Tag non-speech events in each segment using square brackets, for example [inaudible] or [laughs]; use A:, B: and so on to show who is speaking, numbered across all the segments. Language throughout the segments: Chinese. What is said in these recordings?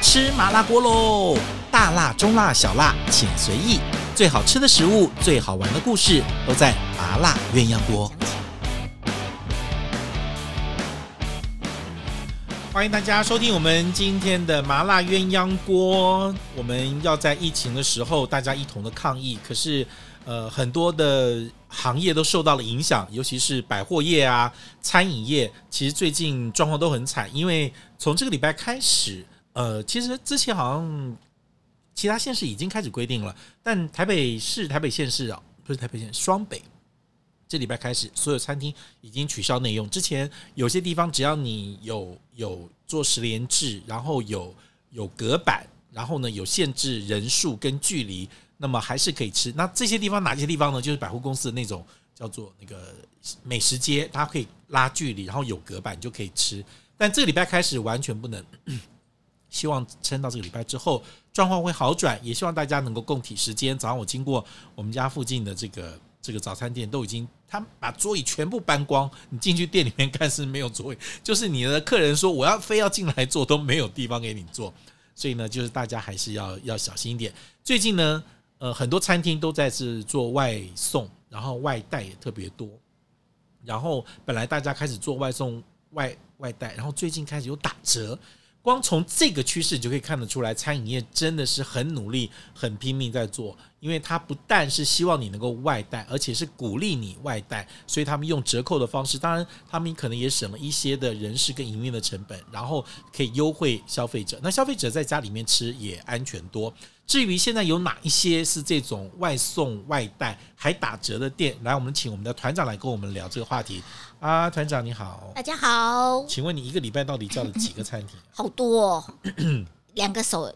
A: 吃麻辣锅喽！大辣、中辣、小辣，请随意。最好吃的食物，最好玩的故事，都在麻辣鸳鸯锅。欢迎大家收听我们今天的麻辣鸳鸯锅。我们要在疫情的时候，大家一同的抗疫。可是，呃，很多的行业都受到了影响，尤其是百货业啊、餐饮业，其实最近状况都很惨。因为从这个礼拜开始，呃，其实之前好像其他县市已经开始规定了，但台北市、台北县市啊，不是台北县，双北这礼拜开始，所有餐厅已经取消内用。之前有些地方，只要你有有做十连制，然后有有隔板，然后呢有限制人数跟距离，那么还是可以吃。那这些地方哪些地方呢？就是百货公司的那种叫做那个美食街，它可以拉距离，然后有隔板你就可以吃。但这个礼拜开始完全不能。 [clears throat] 希望撑到这个礼拜之后，状况会好转，也希望大家能够共体时间。早上我经过我们家附近的这个这个早餐店，都已经他们把桌椅全部搬光，你进去店里面看是没有座位，就是你的客人说我要非要进来坐都没有地方给你坐，所以呢，就是大家还是要要小心一点。最近呢，呃，很多餐厅都在是做外送，然后外带也特别多，然后本来大家开始做外送外外带，然后最近开始有打折。光从这个趋势就可以看得出来，餐饮业真的是很努力、很拼命在做，因为它不但是希望你能够外带，而且是鼓励你外带，所以他们用折扣的方式，当然他们可能也省了一些的人事跟营运的成本，然后可以优惠消费者。那消费者在家里面吃也安全多。至于现在有哪一些是这种外送、外带还打折的店，来，我们请我们的团长来跟我们聊这个话题。啊，团长你好，
B: 大家好，
A: 请问你一个礼拜到底叫了几个餐厅？
B: 好
A: [clears throat]
B: 多、哦，两个手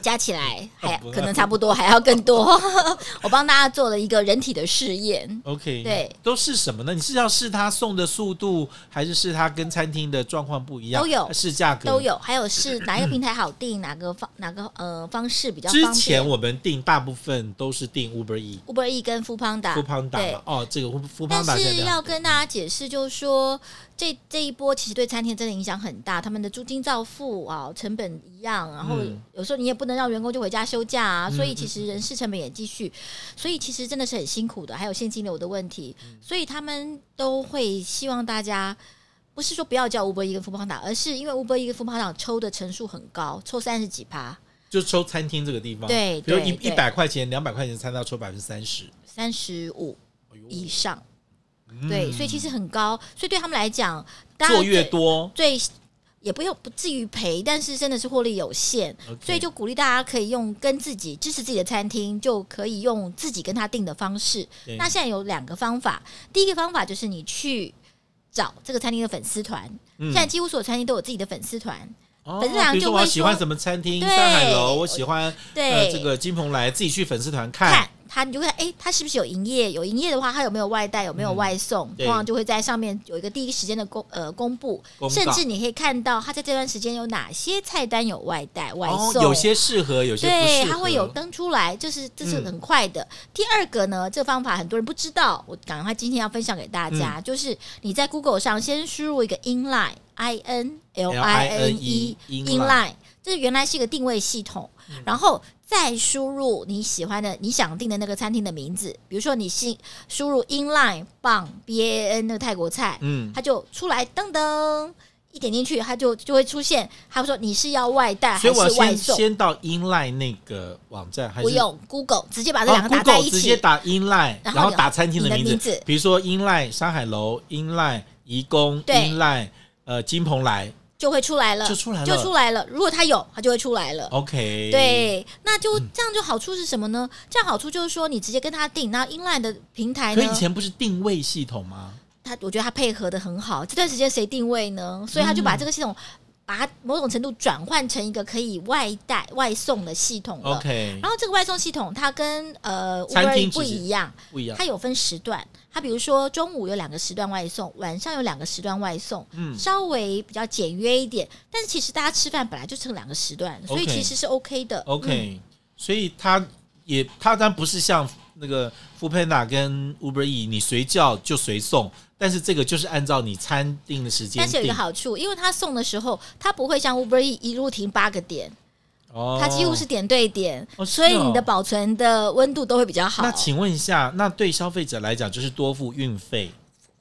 B: 加
A: [laughs]
B: 起来还
A: 哦不
B: 可能差不多，还要更多。 [laughs] 我帮大家做了一个人体的试验，
A: OK，
B: 对，
A: 都是什么呢？你是要试他送的速度，还是试他跟餐厅的状况不一样？
B: 都有
A: 试价格
B: 都。有，还有是哪一个平台好订，哪个方哪个呃方式比较
A: 之
B: 方
A: 前
B: 便。
A: 我们订大部分都是订 Uber E、
B: Uber E 跟 f o o p a n d
A: f o o
B: a
A: p a n d
B: 对
A: a 哦，这个 f o o p a
B: 但
A: n d a
B: 是要跟大家解释，就是说这这一波其实对餐厅真的影响很大，他们的租金照付啊，成本一样，然后
A: 嗯
B: 有时候你也不能让员工就回家休假啊，所
A: 嗯
B: 以其实人事成本也继续，所以其实真的是很辛苦的，还有现金流的问题，
A: 嗯
B: 所以他们都会希望大家。不是说不要叫 Uber 一个富邦达，而是因为 Uber 一个富邦达抽的成数很高，抽三十几趴，
A: 就抽餐厅这个地方，
B: 对
A: 比如
B: 对
A: 一一
B: 对
A: 百块钱、两百块钱餐要抽百分之三十，
B: 三十五
A: 哎呦
B: 以上，
A: 嗯
B: 对，所以其实很高，所以对他们来讲，当然
A: 做越
B: 最
A: 多，
B: 最也不用不至于赔，但是真的是获利有限
A: OK
B: 所以就鼓励大家可以用跟自己支持自己的餐厅，就可以用自己跟他定的方式。
A: 对
B: 那现在有两个方法，第一个方法就是你去找这个餐厅的粉丝团，
A: 嗯
B: 现在几乎所有餐厅都有自己的粉丝团，
A: 哦
B: 粉丝团
A: 比如
B: 就
A: 说我
B: 会
A: 喜欢
B: 说
A: 什么餐厅，上
B: 对
A: 海楼，我喜欢呃
B: 对，
A: 这个金鹏来，自己去粉丝团看哦
B: 看。他，你就会哎、诶他是不是有营业？有营业的话，他有没有外带？有没有外送？
A: 嗯对
B: 通常就会在上面有一个第一时间的公呃公布
A: 公，告
B: 甚至你可以看到他在这段时间有哪些菜单有外带、外
A: 哦，
B: 送，
A: 有些适合，有些不适
B: 对，
A: 合。
B: 它会有登出来，就是这是
A: 嗯
B: 很快的。第二个呢，这个方法很多人不知道，我赶快今天要分享给大家，
A: 嗯
B: 就是你在 Google 上先输入一个 inline i n l i n e
A: inline
B: inline，这原来是一个定位系统，
A: 嗯
B: 然后。再输入你喜欢的、你想订的那个餐厅的名字，比如说你是输入 inline 棒 b a n 那个泰国菜，
A: 嗯，
B: 它就出来噔噔，一点进去它就就会出现，它会说你是要外带
A: 所
B: 还
A: 以我要
B: 是外
A: 先
B: 送？
A: 先到 Inline 那个网站，还是
B: 不用 Google，直接
A: 哦
B: 把这两个打在
A: Google
B: 一
A: 直接
B: 起。
A: 打 Inline，
B: 然后
A: 然后
B: 你
A: 打餐厅
B: 你的
A: 名
B: 名字
A: 比如说 Inline 上海楼、Inline 怡工、
B: 对
A: Inline 呃金鹏来
B: 就会出来了，
A: 就出来了哦
B: 就出来了。如果它有，它就会出来了。
A: ，OK，，
B: 对，那就这样就好处是什么呢？这样好处就是说，你直接跟他订，那 Inline 的平台
A: 可
B: 呢
A: 以，前不是定位系统吗？
B: 他我觉得他配合的很好。这段时间谁定位呢？所以他就把这个系统，把它某种程度转换成一个可以外带外送的系统了。
A: OK，
B: 然后这个外送系统，它跟呃
A: 餐
B: Uber
A: 厅
B: Eats 不
A: 其实
B: 一样，
A: 不一样，
B: 它有分时段，它比如说中午有两个时段外送，晚上有两个时段外送，
A: 嗯
B: 稍微比较简约一点。但是其实大家吃饭本来就成两个时段，所以
A: OK
B: 其实是 OK 的。嗯
A: ，OK，所以它也它当然不是像那个 f o o p a n d a 跟 Uber E 你随叫就随送，但是这个就是按照你餐定的时间
B: 但是有一
A: 定
B: 个好处，因为它送的时候，它不会像 Uber E 一路停八个点，
A: 哦，
B: 它几乎是点对点，
A: 哦是
B: 所以你的
A: 哦
B: 保存的温度都会比较好。
A: 那请问一下，那对消费者来讲就是多付运费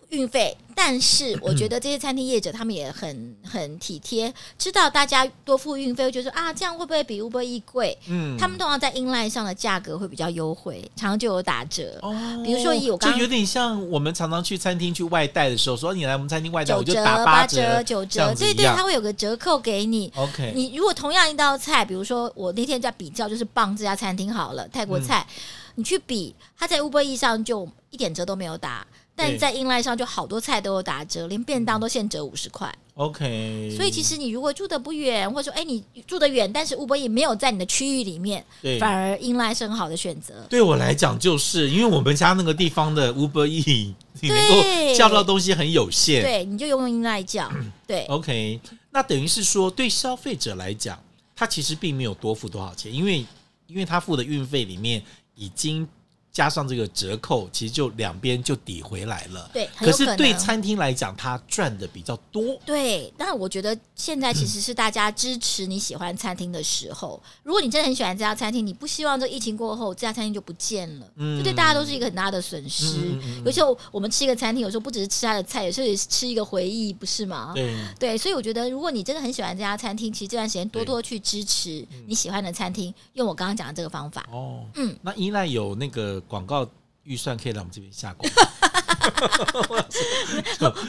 B: 运费，但是我觉
A: [clears throat]
B: 得这些餐厅业者他们也很很体贴，知道大家多付运费，会觉得说啊，这样会不会比 Uber E 贵？
A: 嗯
B: 他们通常在 inline 上的价格会比较优惠，常常就有打折。
A: 哦
B: 比如说以我刚
A: 就有点像我们常常去餐厅去外带的时候，说你来我们餐厅外带，
B: 九
A: 我就
B: 折、
A: 打
B: 八
A: 折、
B: 九
A: 这样
B: 折，
A: 子
B: 对
A: 一
B: 对，
A: 样
B: 它会有个折扣给你。
A: OK，
B: 你如果同样一道菜，比如说我那天在比较，就是棒这家餐厅好了，泰国菜，
A: 嗯
B: 你去比，它在 Uber E 上就一点折都没有打，但
A: 对嗯
B: 在 inline 上就好多菜都有打折，连便当都现折五十块。
A: OK，
B: 所以其实你如果住的不远，或者说哎你住的远，但是 Uber 也没有在你的区域里面，
A: 对
B: 反而 inline 是很好的选择。
A: 对我来讲，就是因为我们家那个地方的 Uber E，你能够
B: 对
A: 叫到东西很有限。
B: 对，你就用 inline 叫，对
A: OK，那等于是说，对消费者来讲，他其实并没有多付多少钱，因为因为他付的运费里面已经加上这个折扣，其实就两边就抵回来了。
B: 对，
A: 可
B: 很有可
A: 是
B: 能。
A: 对餐厅来讲，他赚的比较多。
B: 对，但我觉得现在其实是大家支持你喜欢餐厅的时候。如果你真的很喜欢这家餐厅，你不希望这疫情过后这家餐厅就不见了，
A: 嗯
B: 这对大家都是一个很大的损失。
A: 嗯嗯嗯嗯
B: 尤其我们吃一个餐厅，有时候不只是吃它的菜，有时候也是吃一个回忆，不是吗？
A: 对，
B: 对，所以我觉得，如果你真的很喜欢这家餐厅，其实这段时间多
A: 对
B: 多去支持你喜欢的餐厅，用我刚刚讲的这个方法。
A: 哦，
B: 嗯，
A: 那依赖有那个广告预算可以来我们这边下广告。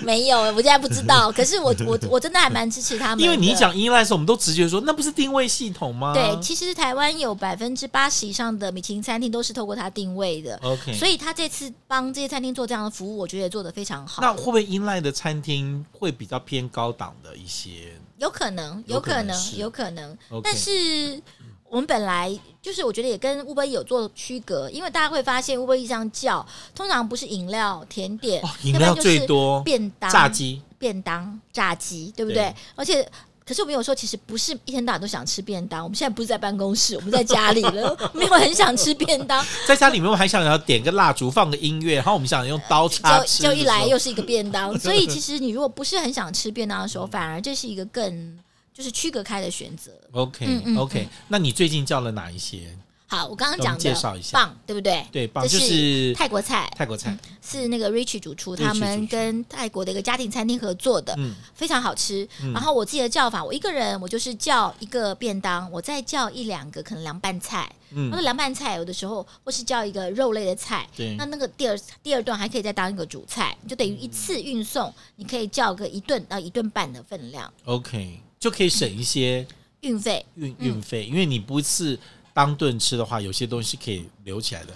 B: 没有，我现在不知道，
A: [laughs]
B: 可是我我我真的还蛮支持他们的，
A: 因为你一讲依赖的时候，我们都直觉说那不是定位系统吗？
B: 对，其实台湾有百分之八十以上的米其林餐厅都是透过它定位的。
A: ，OK，
B: 所以他这次帮这些餐厅做这样的服务，我觉得也做得非常
A: 那
B: 好。
A: 会不会依赖的餐厅会比较偏高档的一些？
B: 有可能，
A: 有
B: 有
A: 可
B: 可
A: 能
B: 能，
A: 是
B: 有可能
A: OK。
B: 但是我们本来就是，我觉得也跟 Uber E 有做区隔，因为大家会发现 Uber E 上叫通常不是饮料、甜点
A: 哦，，饮料
B: 要不然就是
A: 最多，
B: 便当、
A: 炸鸡，
B: 便当、炸鸡，对不对？
A: 对
B: 而且，可是我们有时候其实不是一天到晚都想吃便当。我们现在不是在办公室，我们在家里了， [laughs] 没有很想吃便当，
A: 在家里面我还想要点个蜡烛，放个音乐，然后我们想用刀叉
B: [laughs] 就
A: 啊吃，
B: 就一来又是一个便
A: [laughs]
B: 当。所以，其实你如果不是很想吃便当的时候，反而这是一个更就是区隔开的选择。
A: OK
B: 嗯嗯
A: OK，那你最近叫了哪一些？
B: 好，我刚刚
A: 那我
B: 讲
A: 们
B: 的
A: 介绍一下
B: 棒，对不对？
A: 对，棒就
B: 这
A: 是是
B: 泰国菜
A: 泰国菜，
B: 是那个 Rich 主厨
A: Richie
B: 他
A: 主
B: 们
A: 厨
B: 跟泰国的一个家庭餐厅合作的，
A: 嗯，
B: 非常好吃。
A: 嗯
B: 然后我自己的叫法，我一个人我就是叫一个便当，我再叫一两个可能凉拌菜。
A: 嗯
B: 那、嗯、凉拌菜有的时候或是叫一个肉类的菜，
A: 对
B: 那那个第二第二顿还可以再当一个主菜，就等于一次运送，你可以叫个一顿啊到一顿半的分量。
A: ，OK，就可以省一些
B: 运费
A: 运运费，因为你不是当顿吃的话，有些东西是可以留起来的。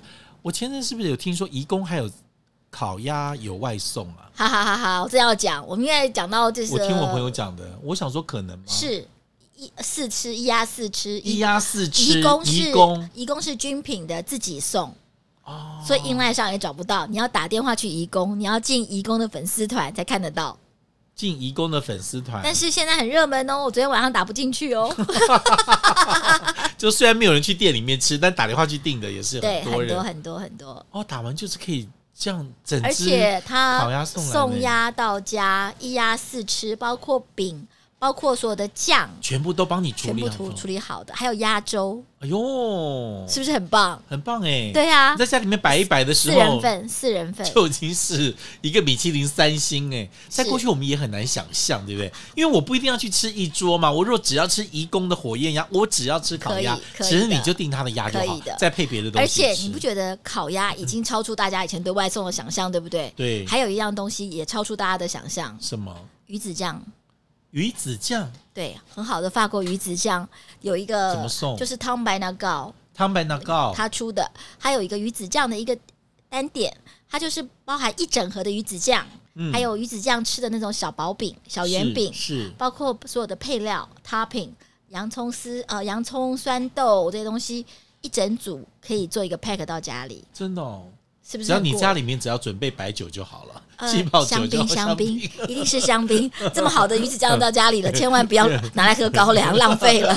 A: 我前阵是不是有听说义工还有烤鸭有外送啊？
B: 哈哈哈哈！我这要讲，我们现在讲到就是
A: 我听我朋友讲的，我想说可能吗？
B: 是一四吃一鸭四吃
A: 一鸭四吃，
B: 义工是
A: 义工
B: 义工是军品的自己送，
A: 哦
B: 所以 inline 上也找不到。你要打电话去义工，你要进义工的粉丝团才看得到。
A: 进义工的粉丝团，
B: 但是现在很热门哦，我昨天晚上打不进
A: [laughs]
B: 去哦。
A: 就虽然没有人去店里面吃，但打电话去订的也是
B: 对，
A: 很多
B: 很
A: 人
B: 多很多很多，
A: 哦。打完就是可以这样整只，
B: 而且
A: 烤鸭
B: 他
A: 送来呢
B: 送鸭到家，一鸭四吃，包括饼，包括所有的酱，
A: 全部都帮你处
B: 全
A: 理
B: 部
A: 好。
B: 处处理好的，还有鸭粥，
A: 哎呦，
B: 是不是很棒？
A: 很棒哎！
B: 对啊
A: 你，在家里面摆一摆的时
B: 四人
A: 候，
B: 份，四人份，
A: 就已经是一个米其林三星哎，在
B: 是
A: 过去我们也很难想象，对不对？因为我不一定要去吃一桌嘛，我若只要吃义工的火焰鸭，我只要吃烤鸭，
B: 可以可以
A: 其实你
B: 的
A: 就订他的鸭就
B: 可
A: 好
B: 以的，
A: 再配别的东
B: 而
A: 西吃。
B: 且你不觉得烤鸭已经超出大家以前对外送的想象，对不对？
A: 对
B: 还有一样东西也超出大家的想象，
A: 什么
B: 鱼子酱。
A: 鱼子酱、
B: 对，很好的法国鱼子酱有一
A: 怎么
B: 个
A: 送，
B: 就是汤白纳糕
A: 汤白纳糕？
B: 他出的，还有一个鱼子酱的一个单点，它就是包含一整盒的鱼子酱，
A: 嗯
B: 还有鱼子酱吃的那种小薄饼、小圆饼，
A: 是
B: 包括所有的配料 topping、洋葱丝、呃洋葱酸豆这些东西，一整组可以做一个 pack 到家里，
A: 真的、哦，
B: 是不是
A: 只要
B: 很过瘾？
A: 你家里面只要准备白酒就好了，[laughs]
B: 呃
A: 气泡酒
B: 香
A: 就
B: 槟，
A: 好 [laughs]
B: 香槟，一定是香槟。这么好的鱼子酱到家里了，千万不要拿来喝高粱，浪费了，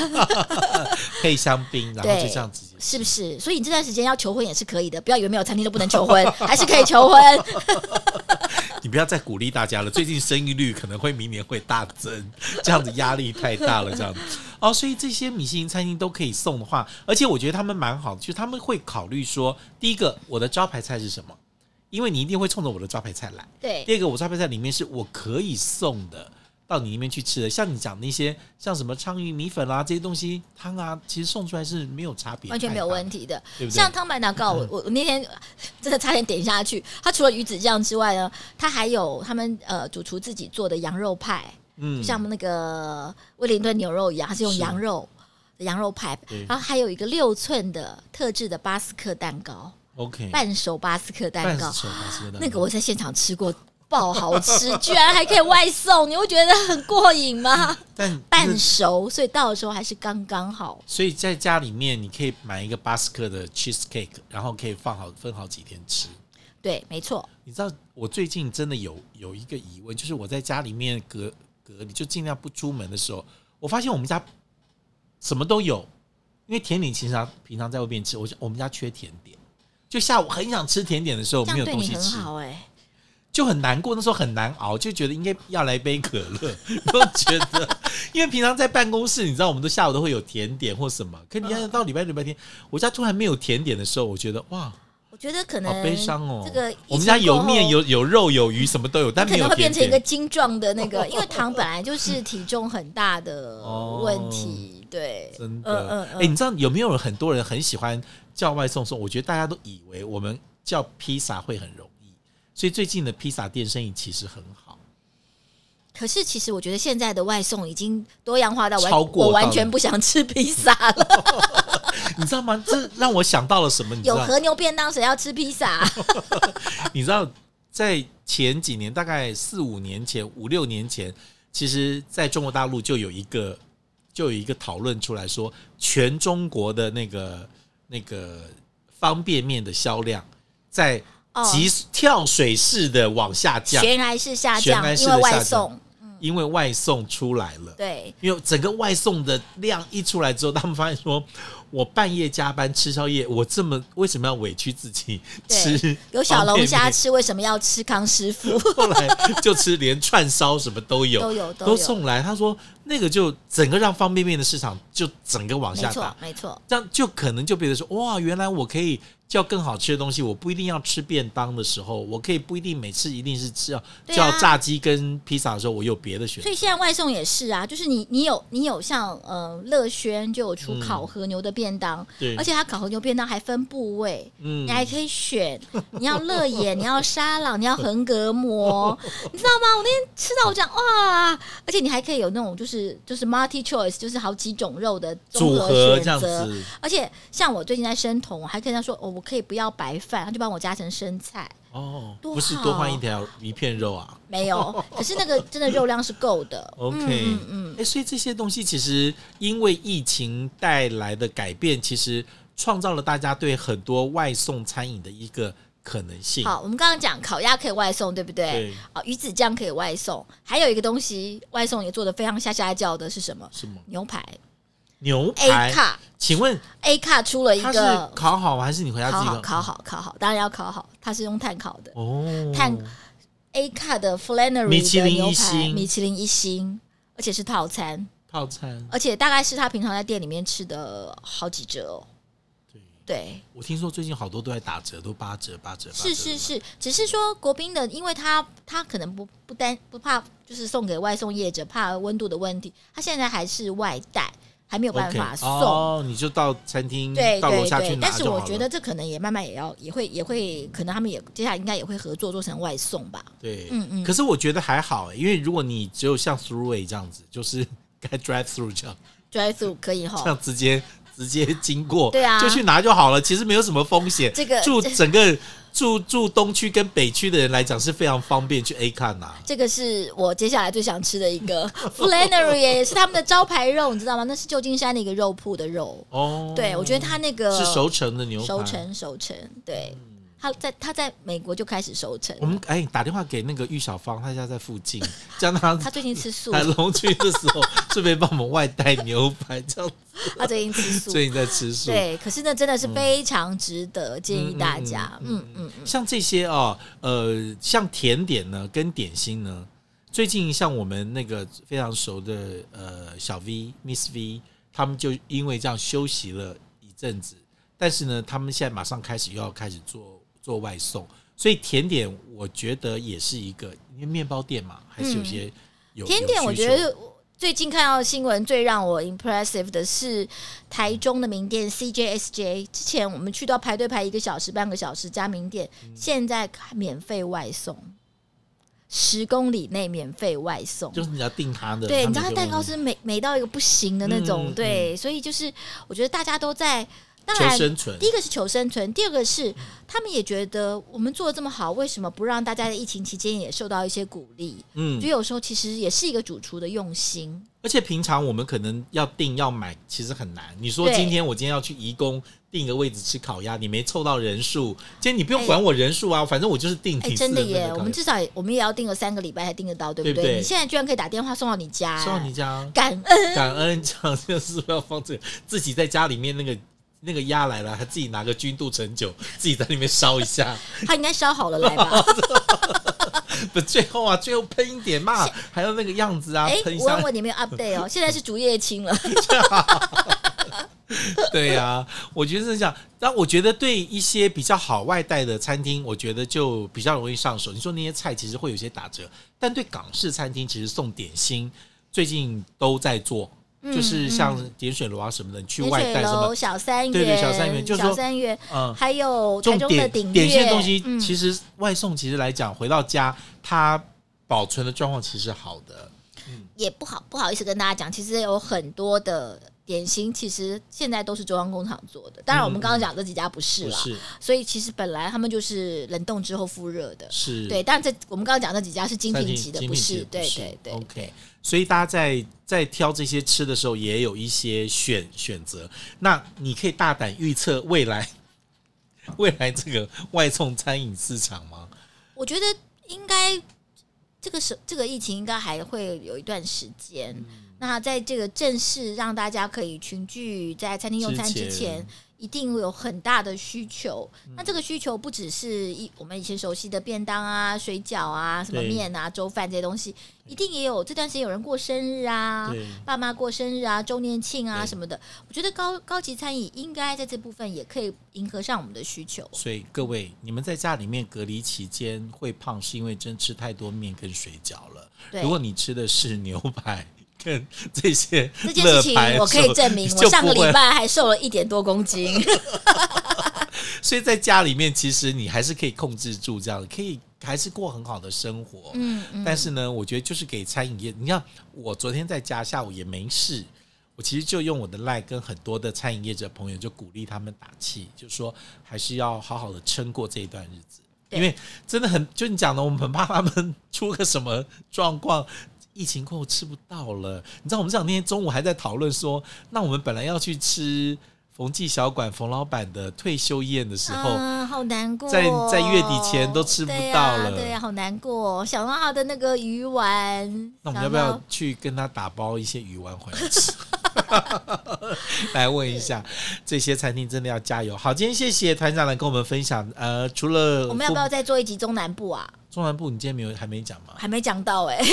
A: 配香槟，然后
B: 对
A: 就这样直接吃
B: 是不是？所以你这段时间要求婚也是可以的，不要以为没有餐厅就不能求
A: [laughs]
B: 婚，还是可以求婚。
A: 你不要再鼓 [laughs] 励大家了，最近生育率可能会明年会大增，这样子压力太大了，这样子。哦，所以这些米其林餐厅都可以送的话，而且我觉得他们蛮好的，就是他们会考虑说，第一个我的招牌菜是什么，因为你一定会冲着我的招牌菜来；
B: 对
A: 第二个，我招牌菜里面是我可以送的。到你那边去吃的，像你讲那些，像什么鲳鱼米粉啦、这些东西汤啊，其实送出来是没有差别，
B: 完全没有
A: 问题。
B: 问题的。
A: 对嗯不对
B: 像汤白祷告，我我我那天真的差点点下去。它除了鱼子酱之外呢，它还有他们呃主厨自己做的羊肉派，
A: 嗯
B: 就像那个威灵顿牛肉一样，它是用
A: 是
B: 羊肉羊肉派
A: 对，
B: 然后还有一个六寸的特制的巴斯克蛋糕，
A: OK
B: 半熟巴斯克蛋糕
A: 半，熟巴斯克蛋糕
B: 那个我在现场吃过。爆好吃， [laughs] 居然还可以外送，你会觉得很过瘾
A: 嗯
B: 吗？
A: 但
B: 半熟，所以到的时候还是刚刚好。
A: 所以在家里面，你可以买一个巴斯克的 cheese cake，然后可以放好分好几天吃。
B: 对，没错。
A: 你知道我最近真的有有一个疑问，就是我在家里面隔隔离，就尽量不出门的时候，我发现我们家什么都有，因为甜点平常平常在外面吃，我我们家缺甜点。就下午很想吃甜点的时候，哦
B: 这
A: 没有
B: 样对
A: 东
B: 你
A: 西
B: 很
A: 吃，
B: 好哎、
A: 就很难过。那时候很难熬，就觉得应该要来杯可乐，都觉得，因为平常在办公室，你知道我们都下午都会有甜点或什么，可你看到礼拜六礼拜天，我家突然没有甜点的时候，我觉得哇，
B: 我觉得可
A: 好
B: 能
A: 悲伤哦。
B: 这个疫情
A: 我们家有面
B: 过后
A: 有有肉有鱼什么都有，但
B: 可
A: 没有
B: 能会
A: 甜
B: 变成一个
A: 点。
B: 精壮的那
A: [laughs]
B: 个，因为糖本来就是体重很大的问题，对，
A: 哦真
B: 嗯
A: 的，哎、
B: 嗯嗯，
A: 你知道有没有很多人很喜欢叫外送送？我觉得大家都以为我们叫披萨会很容易，所以最近的披萨店生意其实很
B: [laughs]
A: 好。
B: 可是其实我觉得现在的外送已经多样化到
A: 超
B: 完，
A: 过
B: 我完
A: 到
B: 全
A: 了
B: 不想吃披萨了。
A: 你知道吗？这让我想到了什么？ [laughs] 你知
B: 有
A: 道吗？
B: 和牛便当，谁要吃
A: [laughs]
B: 披萨？
A: 你知道，在前几年，大概四五年前、五六年前，其实在中国大陆就有一个就有一个讨论出来说，全中国的那个那个方便面的销量在
B: 哦
A: 急跳水式的往下降，
B: 悬崖式下
A: 悬
B: 降
A: 崖，式
B: 因
A: 的
B: 为外
A: 下降
B: 送，
A: 因为外送出来了。
B: 对，
A: 因为整个外送的量一出来之后，他们发现说，我半夜加班吃宵夜，我这么为什么要委屈自己
B: 对
A: 吃？
B: 有小龙虾
A: 吃。
B: 吃，为什么要吃康师傅？
A: 后来就吃连串烧什么都有，
B: 都有都
A: 都
B: 有
A: 送来。他说那个就整个让方便面的市场就整个往
B: 没
A: 下
B: 错
A: 打，，
B: 没错，
A: 这样就可能就变得说哇，原来我可以叫更好吃的东西，我不一定要吃便当的时候，我可以不一定每次一定是吃啊
B: 对
A: 叫
B: 啊
A: 炸鸡跟披萨的时候，我有别的选择
B: 所以。现在外送也是啊，就是你你有你有像呃乐轩就有出
A: 嗯
B: 烤和牛的便当，
A: 对
B: 而且它烤和牛便当还分部位，
A: 嗯
B: 你还可
A: [laughs]
B: 以选你要乐眼，你要沙朗，你要横
A: [laughs]
B: 膈膜，你知道吗？我那天吃到我讲哇，而且你还可以有那种就是就是 multi choice，就是好几种肉的综
A: 组合
B: 选
A: 这样
B: 择。
A: 子
B: 而且像我最近在生酮，我还跟他说哦，我可以不要白饭，他就帮我加成生菜，
A: 哦，
B: 多
A: 不是
B: 好
A: 多换一条一片肉啊。
B: 没
A: [laughs]
B: 有，可是那个真的肉量是够的。
A: OK，
B: 嗯嗯
A: 哎、所以这些东西其实因为疫情带来的改变，其实创造了大家对很多外送餐饮的一个可能性。
B: 好，我们刚刚讲烤鸭可以外送，对不对？
A: 对
B: 啊，鱼子酱可以外送，还有一个东西外送也做的非常下下叫的是什么？
A: 什么
B: 牛排
A: 牛
B: A
A: 排？
B: 卡
A: 请问
B: A 卡出了一
A: 它
B: 个
A: 是烤好还是你回家
B: 烤
A: 自己
B: 好烤好烤好，当然要烤好，它是用碳烤的。
A: 哦，
B: 碳 A 卡的 Flannery
A: 米其林
B: 的牛
A: 一
B: 排，
A: 星
B: 米其林一星，而且是套餐，
A: 套餐。
B: 而且大概是他平常在店里面吃的好几折哦。
A: 对，
B: 对，
A: 我听说最近好多都在打折，都八折、八折、八折。
B: 是是，是，只是说国宾的，因为他他可能不不单不怕，就是送给外送业者怕温度的问题，他现在还是外带，还没有办法
A: OK，
B: 送。
A: 哦，你就到餐厅，
B: 对
A: 到楼
B: 对
A: 下去
B: 对，
A: 拿
B: 但是
A: 就
B: 我
A: 好
B: 觉
A: 了
B: 得这可能也慢慢也要也会也会，可能他们也接下来应该也会合作做成外送吧。
A: 对，
B: 嗯嗯
A: 可是我觉得还好、欸因为如果你只有像 Throughway 这样子，就是 [laughs] 该 Drive Through 这样，
B: drive through 可以
A: 这
B: 哈，
A: 样直接直接经过，
B: 对啊
A: 就去拿就好了。其实没有什么风险。
B: 这个 [laughs]
A: 住整个住住东区跟北区的人来讲是非常方便去 A 看啊呐、
B: 这个是我接下来最想吃的一
A: [laughs]
B: 个 Flannery，也是他们的招牌肉，你知道吗？那是旧金山的一个肉铺的肉。
A: 哦，
B: 对，我觉得它那个
A: 是熟成的牛排。
B: 熟。成熟成，对，他在他在美国就开始熟成
A: 我，们哎打电话给那个玉小芳，她现在在附近， [laughs] 叫她
B: 他最近吃素，
A: 来龙区的时候顺便帮我们外带牛排，这
B: [laughs]
A: 样
B: 他最近吃素，
A: 最近在吃素。嗯
B: 对，可是那真的是非常值得建议大家，嗯嗯嗯
A: 啊像这些哦，呃，像甜点呢，跟点心呢，最近像我们那个非常熟的呃小 V、Miss V，他们就因为这样休息了一阵子，但是呢，他们现在马上开始又要开始做做外送，所以甜点我觉得也是一个，因为面包店嘛，还是有些、有
B: 甜点，
A: 有
B: 我
A: 需
B: 觉
A: 求
B: 得最近看到的新闻最让我 impressive 的是台中的名店 CJSJ，之前我们去都要排队排一个小时、半个小时加名店，
A: 嗯
B: 现在免费外送，十公里内免费外送。
A: 就是你要订它的，
B: 对，
A: 他
B: 你
A: 们
B: 知道它
A: 就
B: 蛋糕是美美到一个不行的那种，
A: 嗯
B: 对，所以就是我觉得大家都在，当
A: 求
B: 然
A: 生存
B: 第，一个是求生存，第二个是他们也觉得我们做的这么好，为什么不让大家在疫情期间也受到一些鼓励？
A: 嗯
B: 所以有时候其实也是一个主厨的用心。
A: 而且平常我们可能要订要买，其实很难。你说
B: 对
A: 今天我今天要去宜工订个位置吃烤鸭，你没凑到人数，今天你不用管我人数啊，反正我就是订
B: 哎、
A: 挺
B: 真的
A: 耶
B: 耶，，我们至少也我们也要订个三个礼拜才订得到，对不
A: 对不对
B: 你现在居然可以打电话送到你家、
A: [laughs] 送到你家，
B: 感恩。
A: 感恩这样就是不要放这个，自己在家里面那个那个鸭来了，还自己拿个君度陈酒，自己在里面烧一下，
B: 他应该烧好了来吧？
A: 不最后啊，最后喷一点
B: [laughs]
A: 嘛，还有那个样 [laughs] 子啊
B: 哎、，
A: 喷一
B: 我
A: 下
B: 问问你们有 update 哦，现
A: [laughs]
B: 在是竹叶青了，
A: [laughs] 对呀、我觉得是这样。但我觉得对一些比较好外带的餐厅，我觉得就比较容易上手。你说那些菜其实会有些打折，但对港式餐厅，其实送点心最近都在做，
B: 嗯
A: 就是像点水楼啊什么的，你去
B: 盐
A: 外
B: 水
A: 带什
B: 楼、
A: 么，
B: 小三元、
A: 对对小三元就是说
B: 小三元，
A: 嗯。
B: 还有台
A: 重
B: 中的
A: 点
B: 鼎
A: 点心
B: 悦
A: 的东西，
B: 嗯
A: 其实外送其实来讲，回到家它保存的状况其实好的，
B: 也不好不好意思跟大家讲，其实有很多的点心，其实现在都是中央工厂做的。当然，我们刚刚讲这几家不是
A: 嗯不
B: 啦，
A: 是
B: 所以其实本来他们就是冷冻之后复热的。
A: 是
B: 对，但这我们刚刚讲那几家是精
A: 三
B: 品
A: 品
B: 级的，
A: 精
B: 不
A: 品
B: 是
A: 级？的
B: 对
A: 不是
B: 对对
A: OK，所以大家在在挑这些吃的时候，也有一些选选择。那你可以大胆预测未来 [laughs] 未来这个外送餐饮市场吗？
B: 我觉得应该这个是这个疫情应该还会有一段时间。
A: 嗯
B: 那在这个正式让大家可以群聚在餐厅用餐之
A: 之
B: 前
A: 前，嗯
B: 一定会有很大的需求。那这个需求不只是一我们以前熟悉的便当啊、水饺啊、什么
A: 对
B: 面啊、粥饭这些东西，一定也有这段时间有人过生日啊。
A: 对，
B: 爸妈过生日啊、周年庆啊
A: 对
B: 什么的，我觉得高高级餐饮应该在这部分也可以迎合上我们的需求。
A: 所以各位，你们在家里面隔离期间会胖，是因为真吃太多面跟水饺了。
B: 对
A: 如果你吃的是牛排 [laughs] 跟这些
B: 这件事
A: 乐牌
B: 情
A: 的
B: 我可以
A: [laughs] 时候
B: 证明
A: 你，
B: 我
A: 就
B: 上个
A: 不会
B: 礼拜还瘦了一点多
A: [laughs]
B: 公斤。
A: 所以在家里面，其实你还是可以控制住这样，可以还是过很好的生活。
B: 嗯嗯，
A: 但是呢，我觉得就是给餐饮业，你看我昨天在家下午也没事，我其实就用我的赖跟很多的餐饮业者朋友就鼓励他们打气，就说还是要好好的撑过这一段日子，
B: 对
A: 因为真的很就你讲的，我们很怕他们出个什么状况。疫情过后吃不到了，你知道我们这两天中午还在讨论说，那我们本来要去吃冯记小馆冯老板的退休宴的时候，
B: 啊，好难过哦，
A: 在在月底前都吃不
B: 对
A: 到
B: 呀
A: 了
B: 对呀，好难过哦。想到他的那个鱼丸，
A: 那我们
B: 想
A: 要不呃
B: 到
A: 要去跟他打包一些鱼丸回来吃？ [laughs] 来问一下，这些餐厅真的要加油。好，今天谢谢团长来跟我们分享。呃，除了
B: 我们要不要
A: 中
B: 再做一集中南部啊？
A: 中南部，你今天没有还没讲吗？
B: 还没讲到哎， [laughs]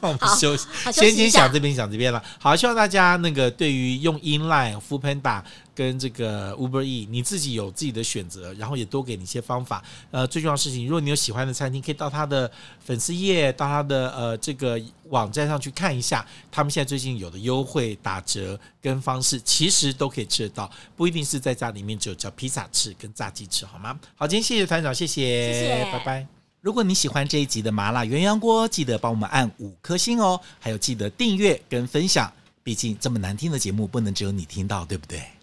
A: 那我们
B: 好
A: 休息，
B: 好休息
A: 先
B: 一
A: 先
B: 下
A: 想这边想这边了。好，希望大家那个对于用 Inline、f o o Panda 跟这个 Uber E，你自己有自己的选择，然后也多给你一些方法。呃，最重要的事情，如果你有喜欢的餐厅，可以到他的粉丝页，到他的呃这个网站上去看一下，他们现在最近有的优惠、打折跟方式，其实都可以吃得到，不一定是在家里面只有叫披萨吃跟炸鸡吃，好吗？好，今天谢谢团长，谢谢，
B: 谢谢
A: 拜拜。如果你喜欢这一集的麻辣鸳鸯锅，记得帮我们按五颗星哦，还有记得订阅跟分享，毕竟这么难听的节目不能只有你听到，对不对？